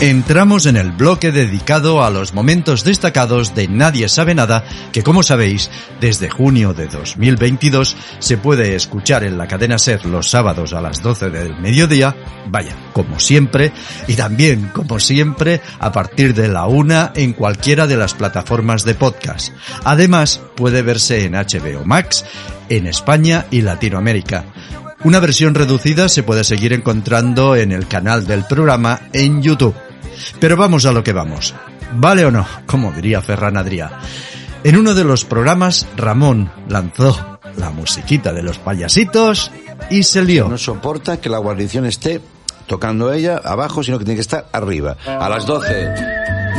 Entramos en el bloque dedicado a los momentos destacados de Nadie sabe nada, que como sabéis, desde junio de 2022 se puede escuchar en la cadena SER los sábados a las 12 del mediodía, vaya, como siempre, y también, como siempre, a partir de la una en cualquiera de las plataformas de podcast. Además, puede verse en HBO Max, en España y Latinoamérica. Una versión reducida se puede seguir encontrando en el canal del programa en YouTube. Pero vamos a lo que vamos. ¿Vale o no? Como diría Ferran Adrià. En uno de los programas, Ramón lanzó la musiquita de los payasitos y se lió. No soporta que la guarnición esté tocando ella abajo, sino que tiene que estar arriba. A las 12.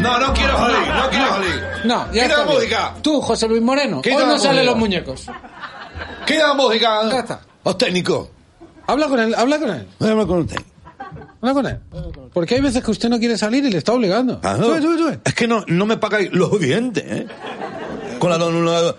No, no quiero salir, no quiero salir. No, ya Quita está la bien. música. Tú, José Luis Moreno, Quita hoy la no salen música. los muñecos. Quita la música. Ya está. Os técnico. Habla con él, habla con él, Voy a hablar con usted. habla con él. Porque hay veces que usted no quiere salir y le está obligando. Ah, no. Sube, sube, sube. Es que no, no me pagáis los dientes, ¿eh? Con la anulada.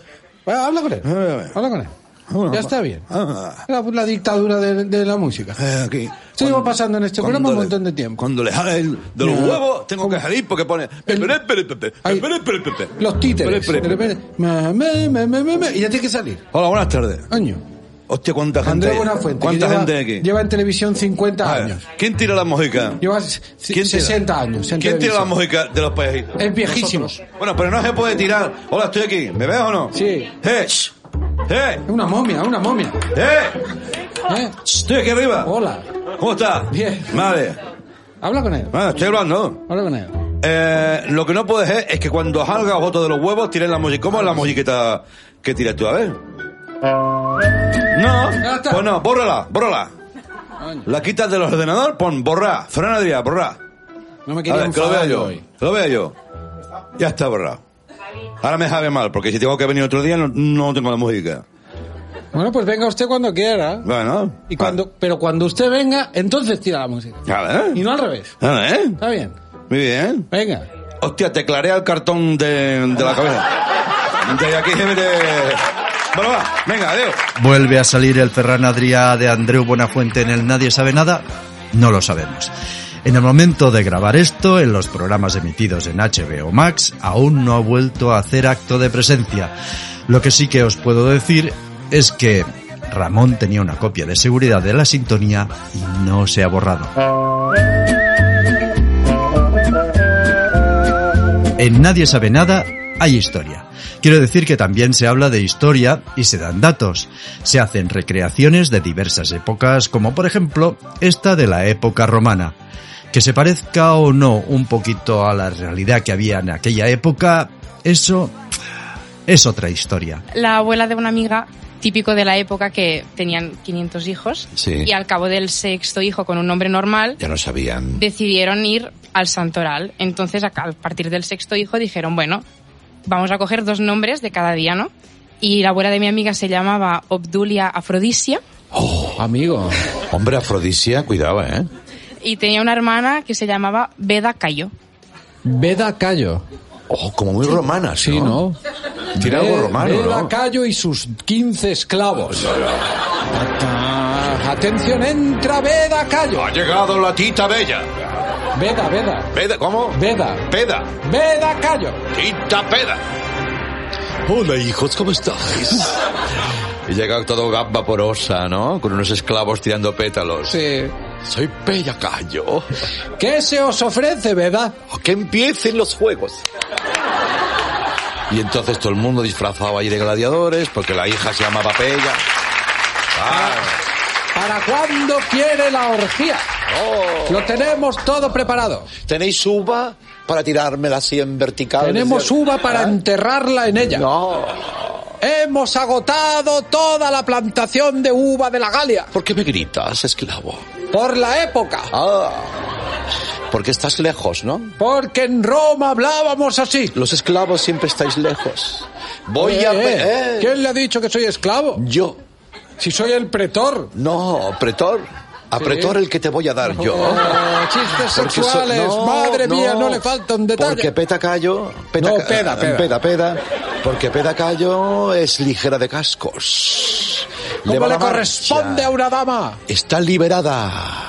Va, Habla con él, Ah, ah, ah. habla con él. Ah, Ya ah, está bien. ah. La, la dictadura de, de la música. Eh, aquí. Esto lleva pasando en este cuando programa un le- montón de tiempo. Cuando le jale el- de los No. huevos, tengo que salir porque pone. El- Pere, pere, pere, Ay, pere, pere, pere. Los títeres. Pere, De pere, pere. repente, ma, me, me, me, me, me, y ya tiene que salir. Hola, buenas tardes. Año. Hostia, cuánta gente. Andrés hay. Buenafuente. ¿Cuánta que lleva, gente hay aquí? Lleva en televisión 50 A ver, años. ¿Quién tira la música? Lleva c- ¿Quién tira? 60 años. en ¿Quién tira la televisión. música de los payasitos? Es viejísimo. Nosotros. Bueno, pero no se puede tirar. Hola, estoy aquí. ¿Me ves o no? Sí. ¡Eh! shh. ¡Eh! Es una momia, una momia. ¡Eh! ¿eh? Shh, Estoy aquí arriba. Hola. ¿Cómo estás? Bien. Vale. Habla con él. Bueno, estoy hablando. Habla con él. Eh, lo que no puedes es, es que cuando salga voto de los huevos tiren la música. ¿Cómo es la musiquita que tiras tú? A ver. Ya No, está. pues no, bórrala, bórrala. Coño, La quitas del ordenador, pon borra. Fran Adrià, borra. No me A quería ver, que lo vea enfadar yo. hoy. que lo vea yo. Ya está borrado. Ahora me sabe mal, porque si tengo que venir otro día no, no tengo la música. Bueno, pues venga usted cuando quiera. Bueno. Y cuando, pero cuando usted venga, entonces tira la música. Ah, A ver. Y no al revés. A ver. Está bien. Muy bien. Venga. Hostia, teclarea el cartón de, de la cabeza. De aquí se mete... Bueno, va. Venga, adiós. ¿Vuelve a salir el Ferran Adrià de Andreu Buenafuente en el Nadie sabe nada? No lo sabemos. En el momento de grabar esto, en los programas emitidos en HBO Max, aún no ha vuelto a hacer acto de presencia. Lo que sí que os puedo decir es que Ramón tenía una copia de seguridad de la sintonía y no se ha borrado. En Nadie sabe nada hay historia. Quiero decir que también se habla de historia y se dan datos. Se hacen recreaciones de diversas épocas, como por ejemplo esta de la época romana. Que se parezca o no un poquito a la realidad que había en aquella época, eso es otra historia. la abuela de una amiga típico de la época que tenían 500 hijos Sí. y al cabo del sexto hijo con un nombre normal Ya no sabían. decidieron ir al santoral. Entonces a a partir del sexto hijo dijeron, bueno, vamos a coger dos nombres de cada día, ¿no? Y la abuela de mi amiga se llamaba Obdulia Afrodisia Oh, Amigo. Hombre, Afrodisia, cuidado, ¿eh? y tenía una hermana que se llamaba Veda Cayo. Veda Cayo. Oh, como muy romana, Sí, ¿no? Tiene algo romano, Veda ¿no? Cayo y sus 15 esclavos. Ah, Atención, entra Veda Cayo. Ha llegado la tita bella. Veda, Veda. Peda, ¿cómo? Veda. Peda. Veda Cayo. Tita peda. Hola, hijos, ¿cómo estáis? Y llega todo gamba porosa, ¿no? Con unos esclavos tirando pétalos. Sí. Soy Pella Cayo. ¿Qué se os ofrece, Veda? Que empiecen los juegos. Y entonces todo el mundo disfrazado ahí de gladiadores, porque la hija se llamaba Pella. Ah, ¿Para cuándo quiere la orgía? Oh. Lo tenemos todo preparado. ¿Tenéis uva para tirármela así en vertical? Tenemos pues Decía- uva para ¿Ah? enterrarla en ella. No. Hemos agotado toda la plantación de uva de la Galia ¿Por qué me gritas, esclavo? por la época. Ah. Porque estás lejos, ¿no? Porque en Roma hablábamos así. Los esclavos siempre estáis lejos. Voy Eh, a... eh, pe- eh. ¿Quién le ha dicho que soy esclavo? Yo. Si soy el pretor. No, pretor. A Sí. pretor el que te voy a dar yo. Oh, chistes Porque so- sexuales. no, Madre mía, no le falta un detalle. Porque peta callo. Peta No, ca- peda, peda. peda, peda, Porque peda callo es ligera de cascos. ¿Cómo va le la corresponde marcha. a una dama? Está liberada.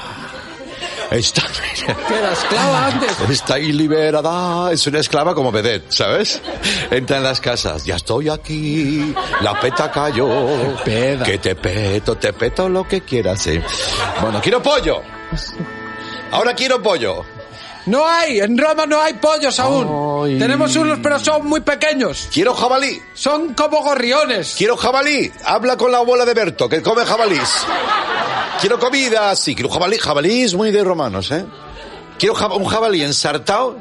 Está, Que era esclava antes. está ahí liberada. Es una esclava como vedette, ¿sabes? Entra en las casas. Ya estoy aquí. La peta callo. peda. Que te peto, te peto lo que quieras. sí. Bueno, quiero pollo. Ahora quiero pollo. No hay, en Roma no hay pollos aún. Ay. Tenemos unos, pero son muy pequeños. Quiero jabalí. Son como gorriones. Quiero jabalí. Habla con la abuela de Berto, que come jabalís. Quiero comida, sí, quiero jabalí. Jabalí es muy de romanos, ¿eh? Quiero jab- un jabalí ensartado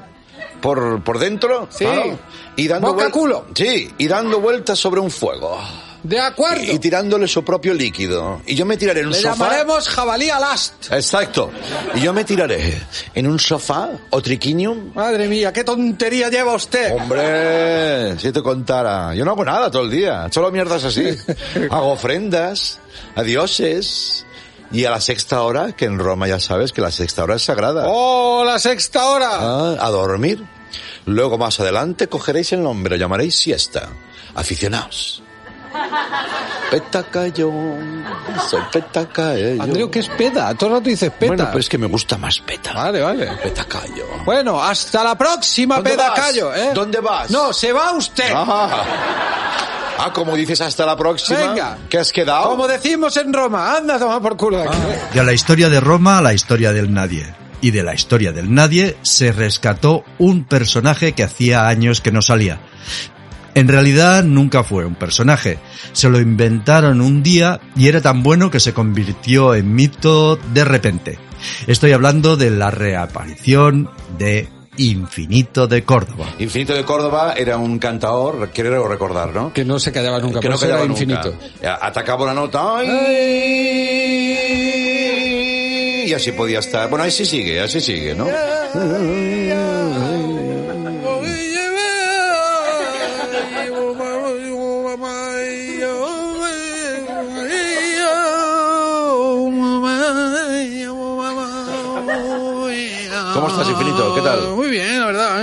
por, por dentro. Sí. claro, y dando Boca vuel- culo. Sí, y dando vueltas sobre un fuego. De acuerdo. Y, y tirándole su propio líquido. Y yo me tiraré en un Le sofá. llamaremos jabalí alast. Exacto. Y yo me tiraré en un sofá o triquinium. Madre mía, qué tontería lleva usted. Hombre, si te contara. Yo no hago nada todo el día. Solo mierdas así. Hago ofrendas a dioses. Y a la sexta hora, que en Roma ya sabes que la sexta hora es sagrada. Oh, la sexta hora. Ah, a dormir. Luego más adelante cogeréis el nombre, lo llamaréis siesta. Aficionados. Petacayo, soy petacayo. Andreu, ¿qué es peda? Todo el rato dices peta. Bueno, pues es que me gusta más peta. Vale, vale. Petacayo. Bueno, hasta la próxima, ¿Dónde pedacayo, vas? ¿eh? ¿Dónde vas? No, se va usted. Ah. Ah, como dices, hasta la próxima. Venga. ¿Qué has quedado? Como decimos en Roma, anda a tomar por culo de aquí. Ah. De la historia de Roma a la historia del nadie. Y de la historia del nadie se rescató un personaje que hacía años que no salía. En realidad nunca fue un personaje. Se lo inventaron un día y era tan bueno que se convirtió en mito de repente. Estoy hablando de la reaparición de Infinito de Córdoba. Infinito de Córdoba era un cantador, quiero recordar, ¿no? Que no se callaba nunca, que por no eso quedaba era nunca. infinito. Atacaba una nota. ¡ay! Y así podía estar. Bueno, ahí sí sigue, así sigue, ¿no? ¿Cómo estás, Infinito? ¿Qué tal? Muy bien, la ¿eh? verdad.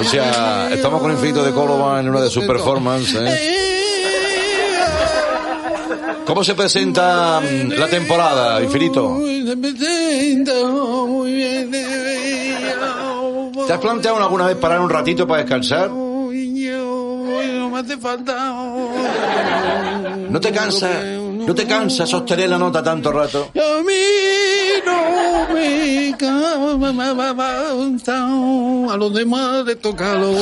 O sea, estamos con Infinito de Córdoba en una de sus performances. ¿eh? ¿Cómo se presenta mm, la temporada, Infinito? ¿Te has planteado alguna vez parar un ratito para descansar? ¿No te cansa? ¿No te cansa sostener la nota tanto rato? A mí no me canta, a los demás le toca los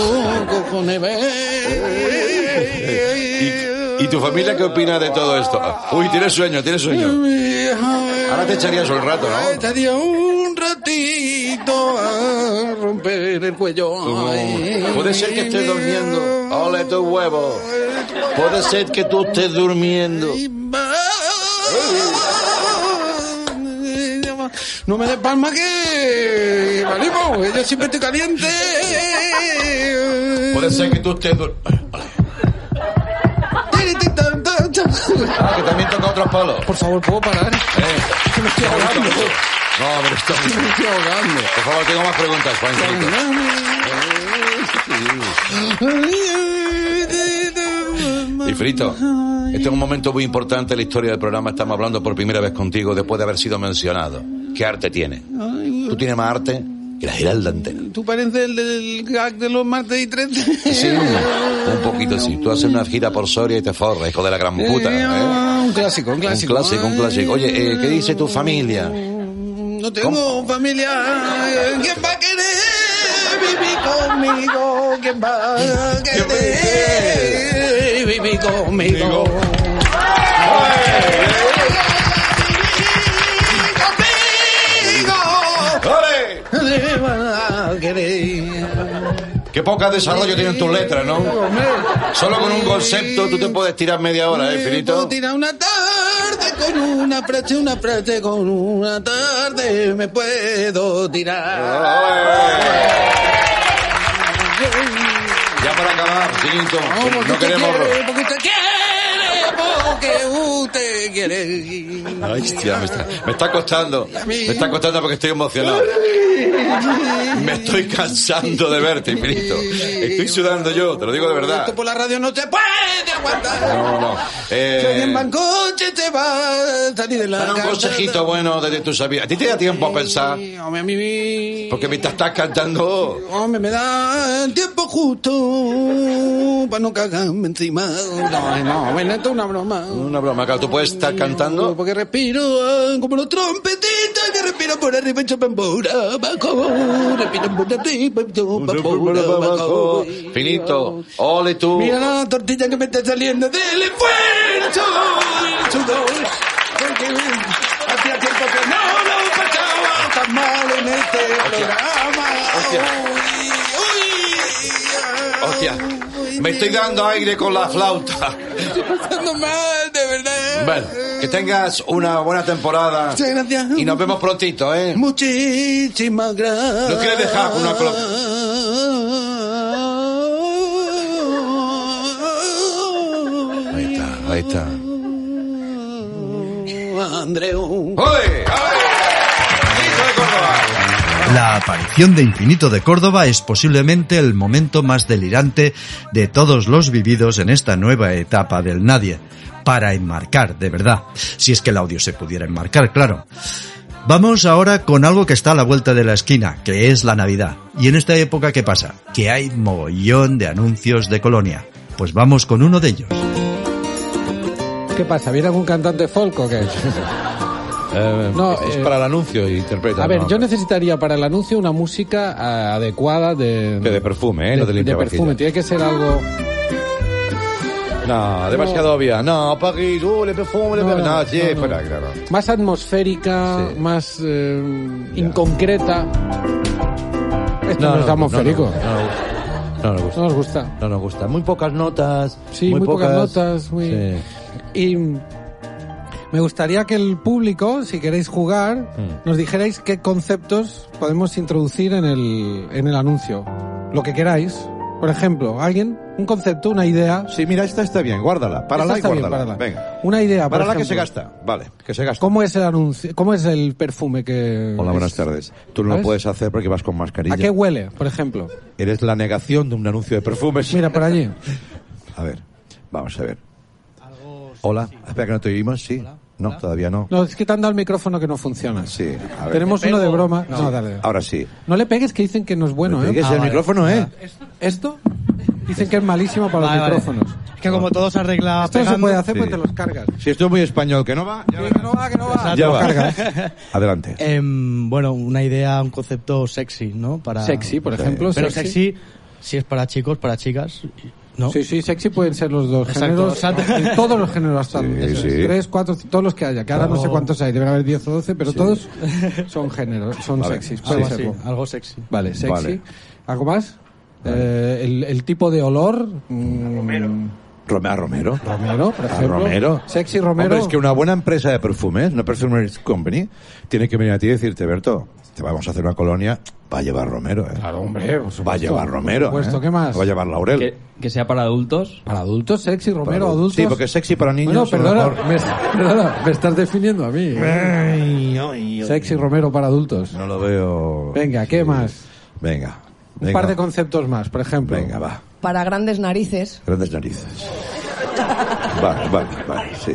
cojones. ¿Y tu familia qué opina de todo esto? Uy, tienes sueño, tienes sueño. Ahora te echarías un rato, ¿no? Estaría un ratito a romper el cuello. Ay, Puede ser que estés durmiendo. ¡Ole tu huevo! ay, Puede ser que tú estés durmiendo. No me des palma que valimos, que yo siempre estoy caliente. Puede ser que tú estés durmiendo. Ah, que también toca otros palos. Por favor, ¿puedo Eh. parar? Que me estoy ahogando. No, pero esto... Que me estoy ahogando. Por favor, tengo más preguntas, Juan Infinito. Infinito, este es un momento muy importante en la historia del programa. Estamos hablando por primera vez contigo después de haber sido mencionado. ¿Qué arte tiene? Tú tienes más arte que la Geralda entera. Tú pareces el del gag de los martes y trece. Sí, un poquito sí. Tú haces una gira por Soria y te forras, hijo de la gran puta. ¿eh? Un clásico, un clásico. Un clásico, un clásico. Oye, eh, ¿qué dice tu familia? No tengo familia. ¿Quién va a querer vivir conmigo? ¿Quién va a querer vivir conmigo? ¡Ole! ¡Ole! Qué poca desarrollo tienen tus letras, ¿no? Solo con un concepto tú te puedes tirar media hora, ¿eh, Finito? Puedo tirar una tarde con una frase, una frase con una tarde me puedo tirar. Ya para acabar, Finito. No, porque Ah, No usted queremos... quiere, porque usted quiere, porque usted quiere. Ay, hostia, me está, me está costando. Me está costando porque estoy emocionado. Me estoy cansando de verte, Infinito. Estoy sudando yo, te lo digo de verdad. Esto por la radio no se puede aguantar. No, no. Si alguien Eh, va en coche te va a salir de la dame un casa. consejito bueno de tus amigos. ¿A ti te da tiempo a pensar? Sí, Hombre, a mí... Porque mientras estás cantando... Hombre, me da el tiempo justo para no cagarme encima. No, no, bueno, esto es una broma. Una broma, claro, tú puedes estar cantando... Porque respiro ah, como los trompetistas que respiran por arriba y chupan por abajo. Respiran por arriba y chupan por abajo. Finito, ole tú. Mira la tortilla que me está saliendo del esfuerzo, del sudor. Porque hacía tiempo que no lo pasaba tan mal en este programa. Hostia. Hostia, me estoy dando aire con la flauta. pasando mal, de verdad. Bueno, que tengas una buena temporada. Muchas gracias. Y nos vemos prontito, ¿eh? Muchísimas gracias. ¿No quieres dejar una colo- Ahí está, ahí está. Andreu. ¡Ole! ¡Finito de Córdoba! La aparición de Infinito de Córdoba es posiblemente el momento más delirante de todos los vividos en esta nueva etapa del nadie, para enmarcar, de verdad, si es que el audio se pudiera enmarcar, claro. Vamos ahora con algo que está a la vuelta de la esquina, que es la Navidad. Y en esta época, ¿qué pasa? Que hay mogollón de anuncios de colonia. Pues vamos con uno de ellos. ¿Qué pasa? ¿Viene algún cantante folk o qué? No, es, es eh, para el anuncio, interpreta. A ver, no, yo necesitaría para el anuncio una música ah, adecuada de... que de perfume, ¿eh? no te de- de limpia perfume, vajilla. tiene que ser algo... No, demasiado obvia. No, París, uh, le perfume, le No, perfume. No, no, sí, no, no. espera, claro. Más atmosférica, Sí. más eh, inconcreta. Esto no, nos da atmosférico. No, no, no, no nos gusta. No nos gusta. No nos gusta. Muy pocas notas. Sí, muy, pocas, notas, muy... Sí. Y mm, me gustaría que el público, si queréis jugar, Mm. nos dijerais qué conceptos podemos introducir en el, en el anuncio. Lo que queráis. Por ejemplo, alguien, un concepto, una idea. Sí, mira, esta está bien, guárdala. Párala Esta y está bien, guárdala. párala. Venga. Una idea, por Para la que se ejemplo. gasta. Vale, que se gasta. ¿Cómo es el anuncio? ¿Cómo es el perfume que Hola, buenas es- tardes. Tú no lo ¿Sabes? puedes hacer porque vas con ¿A qué mascarilla. huele, por ejemplo? Eres la negación de un anuncio de perfumes. Mira por allí. A ver, vamos a ver. Hola, espera que no te oímos, sí. No, todavía no. No, es que te han dado el micrófono que no funciona. Sí, a ver. Tenemos uno de broma. No, dale. Ahora sí. No le pegues que dicen que no es bueno, Me ¿eh? pegues el micrófono, ¿eh? Esto dicen que es malísimo para los Vale, vale. micrófonos. Es que como todo se arregla Esto no se pegando- puede hacer Sí. porque te los cargas. Si esto es muy español, que no va, ya Que verás. no va, que no va. Ya Eh, Te los va. cargas. Adelante. Em, bueno, una idea, un concepto sexy, ¿no? Para... Sexy, por ejemplo. Pero sexy, si es para chicos, para chicas, ¿no? Sí, sí, sexy pueden ser los dos Exacto, géneros. exacto. en Todos los géneros están. Sí, Eso es. sí. Tres, cuatro, todos los que haya. Que ahora no sé Oh. cuántos hay. Deben haber 10 o 12, pero todos son géneros, son Vale. sexys. Algo puede así, serlo. algo sexy. Vale, sexy. Vale. ¿Algo más? Eh, el, el tipo de olor. mm, Rome- ¿A Romero? Romero, por ¿A ejemplo. Ah, Romero? Sexy Romero. Hombre, es que una buena empresa de perfumes, una perfumery company, tiene que venir a ti y decirte, Berto, te vamos a hacer una colonia, va a llevar Romero, ¿eh? Claro, hombre, por supuesto. Va a llevar Romero. Por supuesto, ¿eh? ¿qué más? Va a llevar Laurel. Que, que sea para adultos. Para adultos, sexy Romero, Para- adultos. Sí, porque sexy para niños. Bueno, a lo mejor- perdona, me, perdona, me estás definiendo a mí. ¿eh? Sexy Romero para adultos. No lo veo. Venga, ¿qué más? Venga. Un venga. par de conceptos más, por ejemplo. Venga, va. Para grandes narices. Grandes narices. Vale, vale, vale, sí.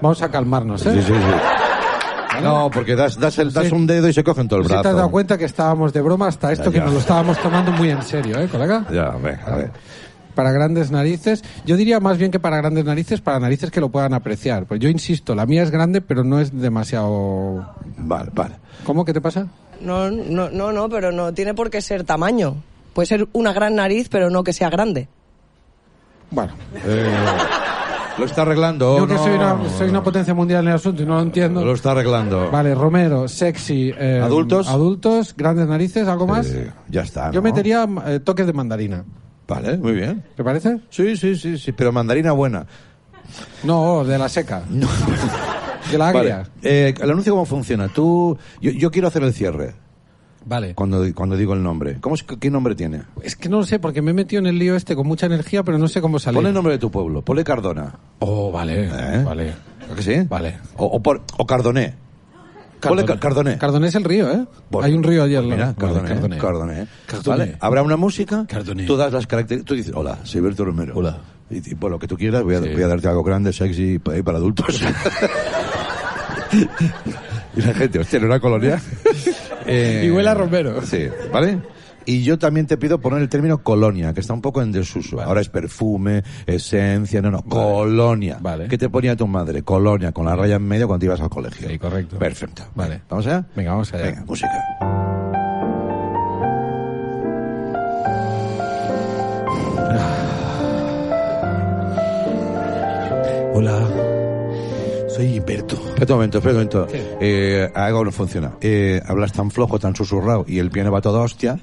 Vamos a calmarnos, ¿eh? Sí, sí, sí. No, porque das, das, el, das un dedo y se cogen todo el Si brazo. te has dado cuenta que estábamos de broma hasta esto, Ya, que ya. nos lo estábamos tomando muy en serio, ¿eh, colega? Ya, venga, a ver. Para grandes narices, yo diría más bien que para grandes narices, para narices que lo puedan apreciar. Pues yo insisto, la mía es grande, pero no es demasiado. Vale, vale. ¿Cómo? ¿Qué te pasa? No, no, no, no, pero no tiene por qué ser tamaño. Puede ser una gran nariz, pero no que sea grande. Bueno, Lo está arreglando. Eh, Yo que no, soy una, Oh, no, soy una potencia mundial en el asunto y no lo entiendo. Lo está arreglando. Vale, Romero, sexy. eh, ¿Adultos? Adultos, grandes narices, algo más. Eh, ya está. Yo ¿no? metería eh, toques de mandarina. Vale, muy bien. ¿Te parece? Sí, sí, sí, sí, pero mandarina buena. No, de la seca. De la agria. Vale. Eh, el anuncio cómo funciona. Tú, yo, yo quiero hacer el cierre Vale. cuando, cuando digo el nombre. ¿Cómo es, ¿Qué nombre tiene? Es que no lo sé, porque me he metido en el lío este con mucha energía, pero no sé cómo salir. Pon el nombre de tu pueblo. Ponle Cardona. Oh, vale, ¿Eh? vale. ¿A que sí? Vale. O, o, por- o Cardoné. Ponle Ca- Cardoné. Cardoné es el río, ¿eh? Bueno, pues Hay un río allí al lado. Mira, Cardoné. Cardoné. Cardoné. Cardoné. Vale, Habrá una música. Cardoné. Tú das las características. Tú dices, hola, soy Berto Romero. Hola. Y, y por lo que tú quieras, voy a, Sí. voy a darte algo grande, sexy, pa- eh, para, adultos. y la gente, hostia, en una colonia. Eh, Y huele a Romero. Sí, ¿vale? Y yo también te pido poner el término colonia, que está un poco en desuso. Ahora es perfume, esencia, no, no, colonia. Vale. ¿Qué te ponía tu madre? Colonia, con la raya en medio cuando ibas al colegio. Sí, correcto. Perfecto. Vale. ¿Vamos allá? Venga, vamos allá. Venga, música. Hola, soy Humberto. Ah. Espera un momento, espera un momento. Eh, algo no funciona. Eh, hablas tan flojo, tan susurrado y el piano va toda hostia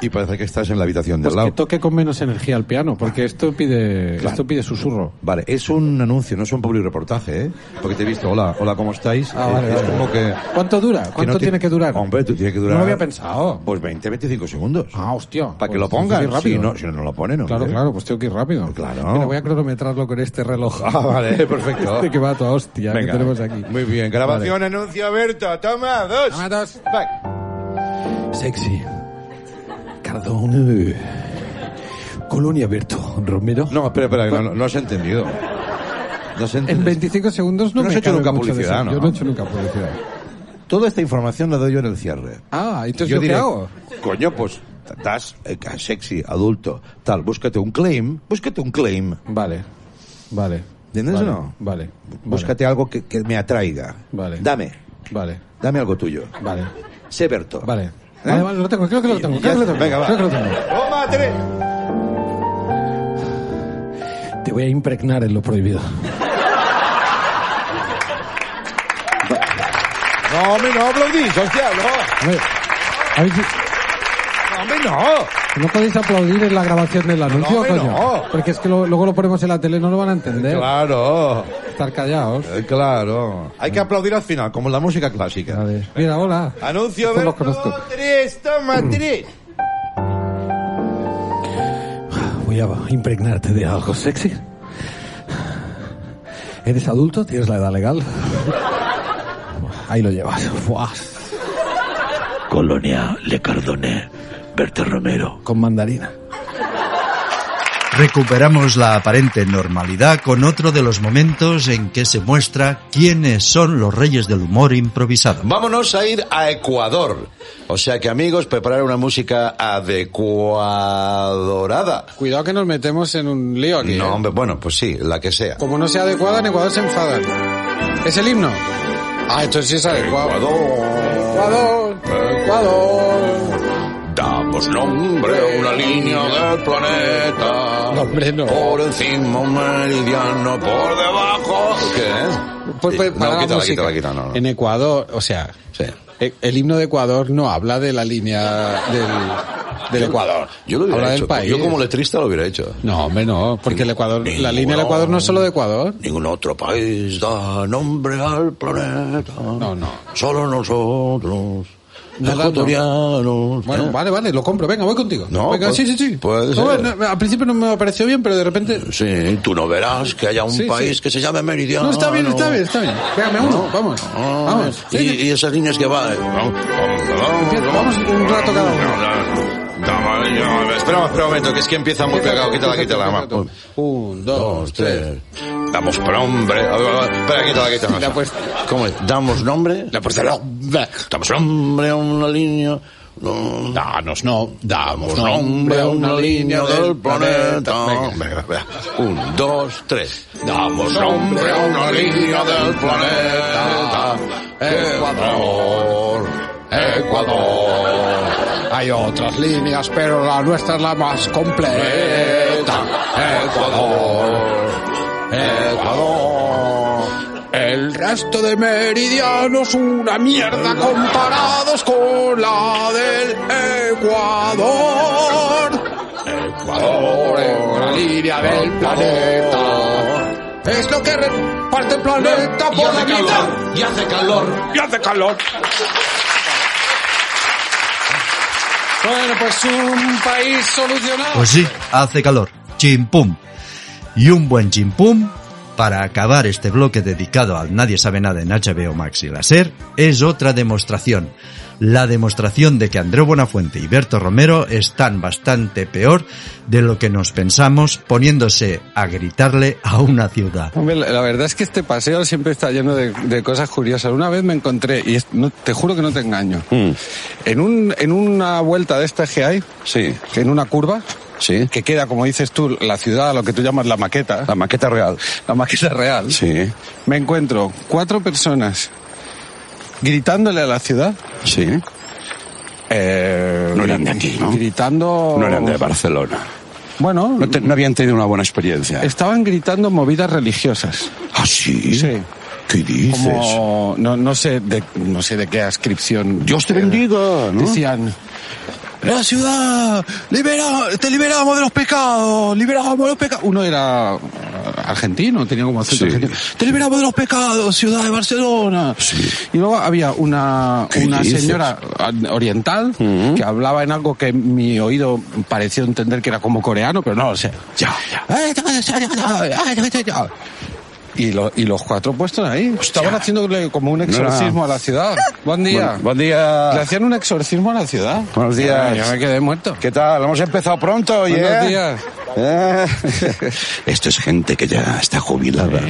y parece que estás en la habitación del Pues que lado. toque con menos energía el piano, porque esto pide, Claro. esto pide susurro. Vale, es un anuncio, no es un public reportaje, ¿eh? Porque te he visto, hola, hola, ¿cómo estáis? Ah, Eh, es como que... ¿Cuánto dura? ¿Cuánto que no ti- tiene que durar? Hombre, tú tienes que durar... No lo había pensado. Pues 20, 25 segundos. Ah, hostia. Para que Pues lo tengo ir pongan. Si rápido. no, si no, no lo ponen, ¿no? Claro, claro, pues tengo que ir rápido. Claro. Mira, voy a cronometrarlo con este reloj. Ah, vale, perfecto. Este que va a toda hostia Venga. que tenemos aquí. Muy bien, grabación, anuncio, Berto. Toma, dos. Toma dos. Va. Sexy. Cardone. Colonia Berto Romero. No, espera, espera, que no, no has entendido. No has En entendido. 25 segundos no, No me has hecho cabe nunca mucho de publicidad, eso. ¿no? Yo no he hecho nunca publicidad. Toda esta información la doy yo en el cierre. Ah, entonces yo yo, diré, qué hago? Coño, pues estás eh, sexy, adulto, tal, búscate un claim, búscate un claim. Vale. Vale. ¿Entiendes vale, o no? Vale. Búscate algo que, que me atraiga. Vale. Dame, Vale. dame algo tuyo. Vale. Vale. Sé Berto. Vale. Vale, vale, lo tengo, creo que lo tengo, creo que lo tengo. ¿Eh? Venga, va. Creo que lo tengo. Toma, tres. Te voy a impregnar en lo prohibido. No, hombre, no aplaudís, hostia, no. A ver. A ver si- No, hombre, no. No podéis aplaudir en la grabación del anuncio, hombre, coño. no. Porque es que lo- luego lo ponemos en la tele, no lo van a entender. Claro, Estar callados. eh, claro. Hay que aplaudir al final, como en la música clásica. Vale. Mira, hola. Anuncio, Estos los Berto, conozco. tres, toma, tres. Voy a impregnarte de algo sexy. ¿Eres adulto? ¿Tienes la edad legal? Ahí lo llevas. Buah. Colonia Le Cardone, Berto Romero. Con mandarina. Recuperamos la aparente normalidad con otro de los momentos en que se muestra quiénes son los reyes del humor improvisado. Vámonos a ir a Ecuador. O sea que amigos, preparar una música adecuadorada. Cuidado que nos metemos en un lío aquí. No, ¿eh? hombre, bueno, pues sí, la que sea. Como no sea adecuada, en Ecuador se enfadan. ¿Es el himno? Ah, esto sí es adecuado. Ecuador. Ecuador, Ecuador. Damos pues, nombre a una línea del planeta. No, hombre, no. Por encima un meridiano, por debajo. ¿Qué? Pues, pues, no, para la quítala, música. quítala, quítala, no, no. En Ecuador, o sea, Sí. e- el himno de Ecuador no habla de la línea del, del Ecuador. Yo lo hubiera habla hecho. del país. Yo como letrista lo hubiera hecho. No, hombre, no, porque el Ecuador, la Ningún- línea del Ecuador no es solo de Ecuador. Ningún otro país da nombre al planeta. No, no. Solo nosotros, Nada, no. ecuatorianos. Bueno, ¿eh? vale, vale, lo compro. Venga, voy contigo. No, Venga, pues- sí, sí, sí. puede No, ser. bueno, al principio no me pareció bien, pero de repente. Sí, tú no verás que haya un Sí, sí. país que se llame Meridiano. No, está bien, está bien, está bien. Venga, me uno, vamos. Ah, Vamos. Y, Sí, y esas líneas que va. eh, vamos un rato cada uno. Espera un momento, que es que empieza muy pegado. Quítala, quítala. va. Un, dos, tres. Damos nombre. A ver, a ver, Espera, quítala, quítala. La puesta. ¿Cómo es? Damos nombre. La puesta no. Damos nombre a una línea. Danos no, damos Damos nombre a una línea del planeta. Venga, venga. Un, dos, tres. Damos nombre a una línea del planeta. Ecuador, Ecuador. Hay otras líneas, pero la nuestra es la más completa. Ecuador, Ecuador. El resto de meridianos una mierda comparados con la del Ecuador. Ecuador es la línea del planeta. Es lo que reparte el planeta por la mitad. y hace calor. Y hace calor. Bueno, pues un país solucionado. Pues sí, hace calor. Chimpum. Y un buen chimpum para acabar este bloque dedicado al Nadie sabe nada en HBO Max y la SER es otra demostración. La demostración de que Andreu Buenafuente y Berto Romero están bastante peor de lo que nos pensamos poniéndose a gritarle a una ciudad. Hombre, la la verdad es que este paseo siempre está lleno de, de cosas curiosas. Una vez me encontré, y es- no- te juro que no te engaño, Mm. en, un, en una vuelta de esta que hay, Sí, que en una curva, sí. que queda, como dices tú, la ciudad, lo que tú llamas la maqueta, La maqueta real. la maqueta real, Sí, me encuentro cuatro personas gritándole a la ciudad. sí. eh, No eran de aquí, ¿no? Gritando... No eran de Barcelona. Bueno, No, te- no habían tenido una buena experiencia. estaban gritando movidas religiosas. ¿Ah, sí? Sí. ¿Qué dices? Como, no, no, sé de, no sé de qué ascripción. Dios te eh, bendiga, ¿no? Decían, la ciudad, libera, te liberamos de los pecados, liberamos de los pecados. Uno era eh, argentino, tenía como acento Sí. argentino. Te liberamos de los pecados, ciudad de Barcelona. Y luego había una, ¿Qué una dices? señora oriental que hablaba en algo que mi oído pareció entender que era como coreano, pero no lo sé. Ya, Y, lo- y los cuatro puestos ahí. Estaban haciéndole como un exorcismo a la ciudad. Buen día. Bueno, buen día. Le hacían un exorcismo a la ciudad. Buenos días. Ya me quedé muerto. ¿Qué tal? Hemos empezado pronto, oye. Buenos días. Eh. Esto es gente que ya está jubilada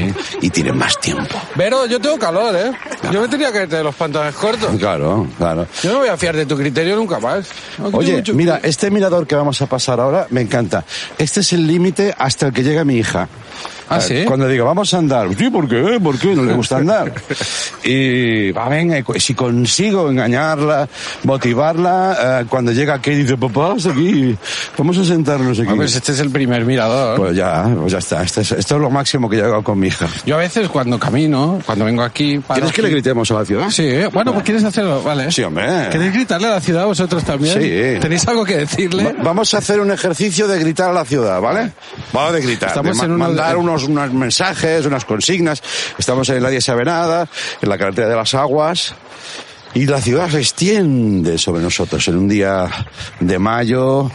y tiene más tiempo. Pero yo tengo calor, ¿eh? Yo me tenía que irte de los pantalones cortos. Claro, claro. Yo no me voy a fiar de tu criterio nunca más. No, que tengo Oye, mucho- Ah, mira, este mirador que vamos a pasar ahora me encanta. Este es el límite hasta el que llega mi hija. ¿Ah, Eh, sí? Cuando digo, vamos a andar. Sí, ¿por qué? ¿Por qué? No le gusta andar. Y va, venga, y cu- si consigo engañarla, motivarla, eh, cuando llega aquí dice, papá, hasta aquí, vamos a sentarnos aquí. Ah, pues este es el primer eh, mirador. Pues ya, pues ya está. Este es- esto es lo máximo que yo he llegado con mi hija. Yo a veces cuando camino, cuando vengo aquí... paro ¿Quieres que le aquí- gritemos a la ciudad? Sí, ¿eh? bueno, pues quieres hacerlo, vale. Sí, hombre. ¿Queréis gritarle a la ciudad vosotros también? Sí. ¿Tenéis algo que decirle? Va- Vamos a hacer un ejercicio de gritar a la ciudad, ¿vale? Vamos de gritar, Estamos de ma- en una- mandar unos, unos mensajes, unas consignas. Estamos en Nadie sabe nada, en la carretera de las aguas. Y la ciudad se extiende sobre nosotros en un día de mayo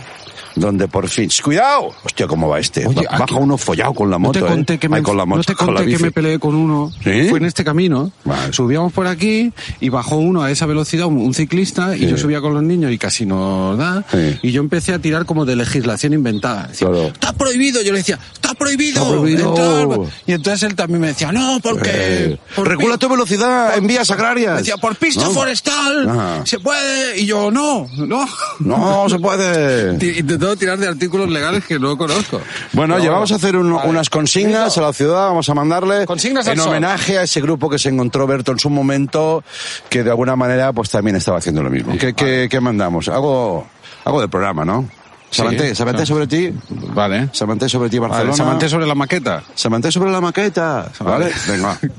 donde por fin... ¡Shh! ¡Cuidado! Hostia, ¿cómo va este? Oye, Ba- Baja aquí- uno follado con la No moto, te ¿eh? conté que me, Ay, con la moto, no te con la conté que bici. me peleé con uno. ¿Sí? Fue en este camino. Vale. Subíamos por aquí y bajó uno a esa velocidad, un, un ciclista, y Sí. yo subía con los niños y casi nos da. Sí. Y yo empecé a tirar como de legislación inventada. Decía, Claro. Está prohibido. Yo le decía, está prohibido. Está prohibido. entrar". Y entonces él también me decía, no, porque. Eh, por regula pi- tu velocidad en vías agrarias. Decía, por pista No. forestal Ajá. se puede. Y yo, no, no. No se puede. Ti- Intentando tirar de artículos legales que no conozco. Bueno, Pero oye, vamos a hacer un- Vale. unas consignas a la ciudad, vamos a mandarle Consignas al en sol. homenaje a ese grupo que se encontró Berto en su momento, que de alguna manera pues también estaba haciendo lo mismo. ¿Qué, qué- qué mandamos? Hago, hago del programa, ¿no? Samanté, Samanté sobre ti, Vale. Samanté sobre ti Barcelona. Vale, Samanté sobre la maqueta. Samanté sobre la maqueta, ¿vale? Venga.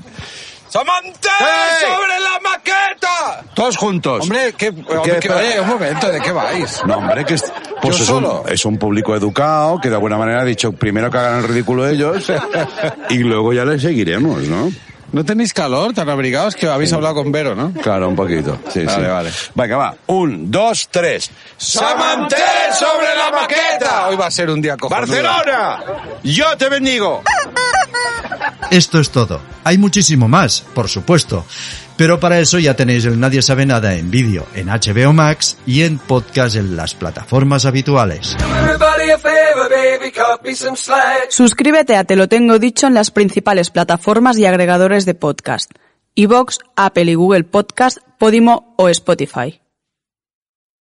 ¡Samante ¡Ey! sobre la maqueta! Todos juntos. Hombre, que, ¿Qué? que- oye, un momento, ¿de qué vais? No, hombre, que es, pues Yo es, un, solo. es un público educado que de alguna manera ha dicho primero que hagan el ridículo ellos y luego ya les seguiremos, ¿no? No tenéis calor tan abrigados que habéis hablado con Vero, ¿no? Claro, un poquito. Sí, Vale, sí. vale. Venga, va. Un, dos, tres. ¡Samanté sobre la maqueta! Hoy va a ser un día cojonudo. ¡Barcelona! ¡Yo te bendigo! Esto es todo. Hay muchísimo más, por supuesto. Pero para eso ya tenéis el Nadie sabe nada en vídeo en HBO Max y en podcast en las plataformas habituales. Suscríbete a Te lo tengo dicho en las principales plataformas y agregadores de podcast. iVoox, Apple y Google Podcast, Podimo o Spotify.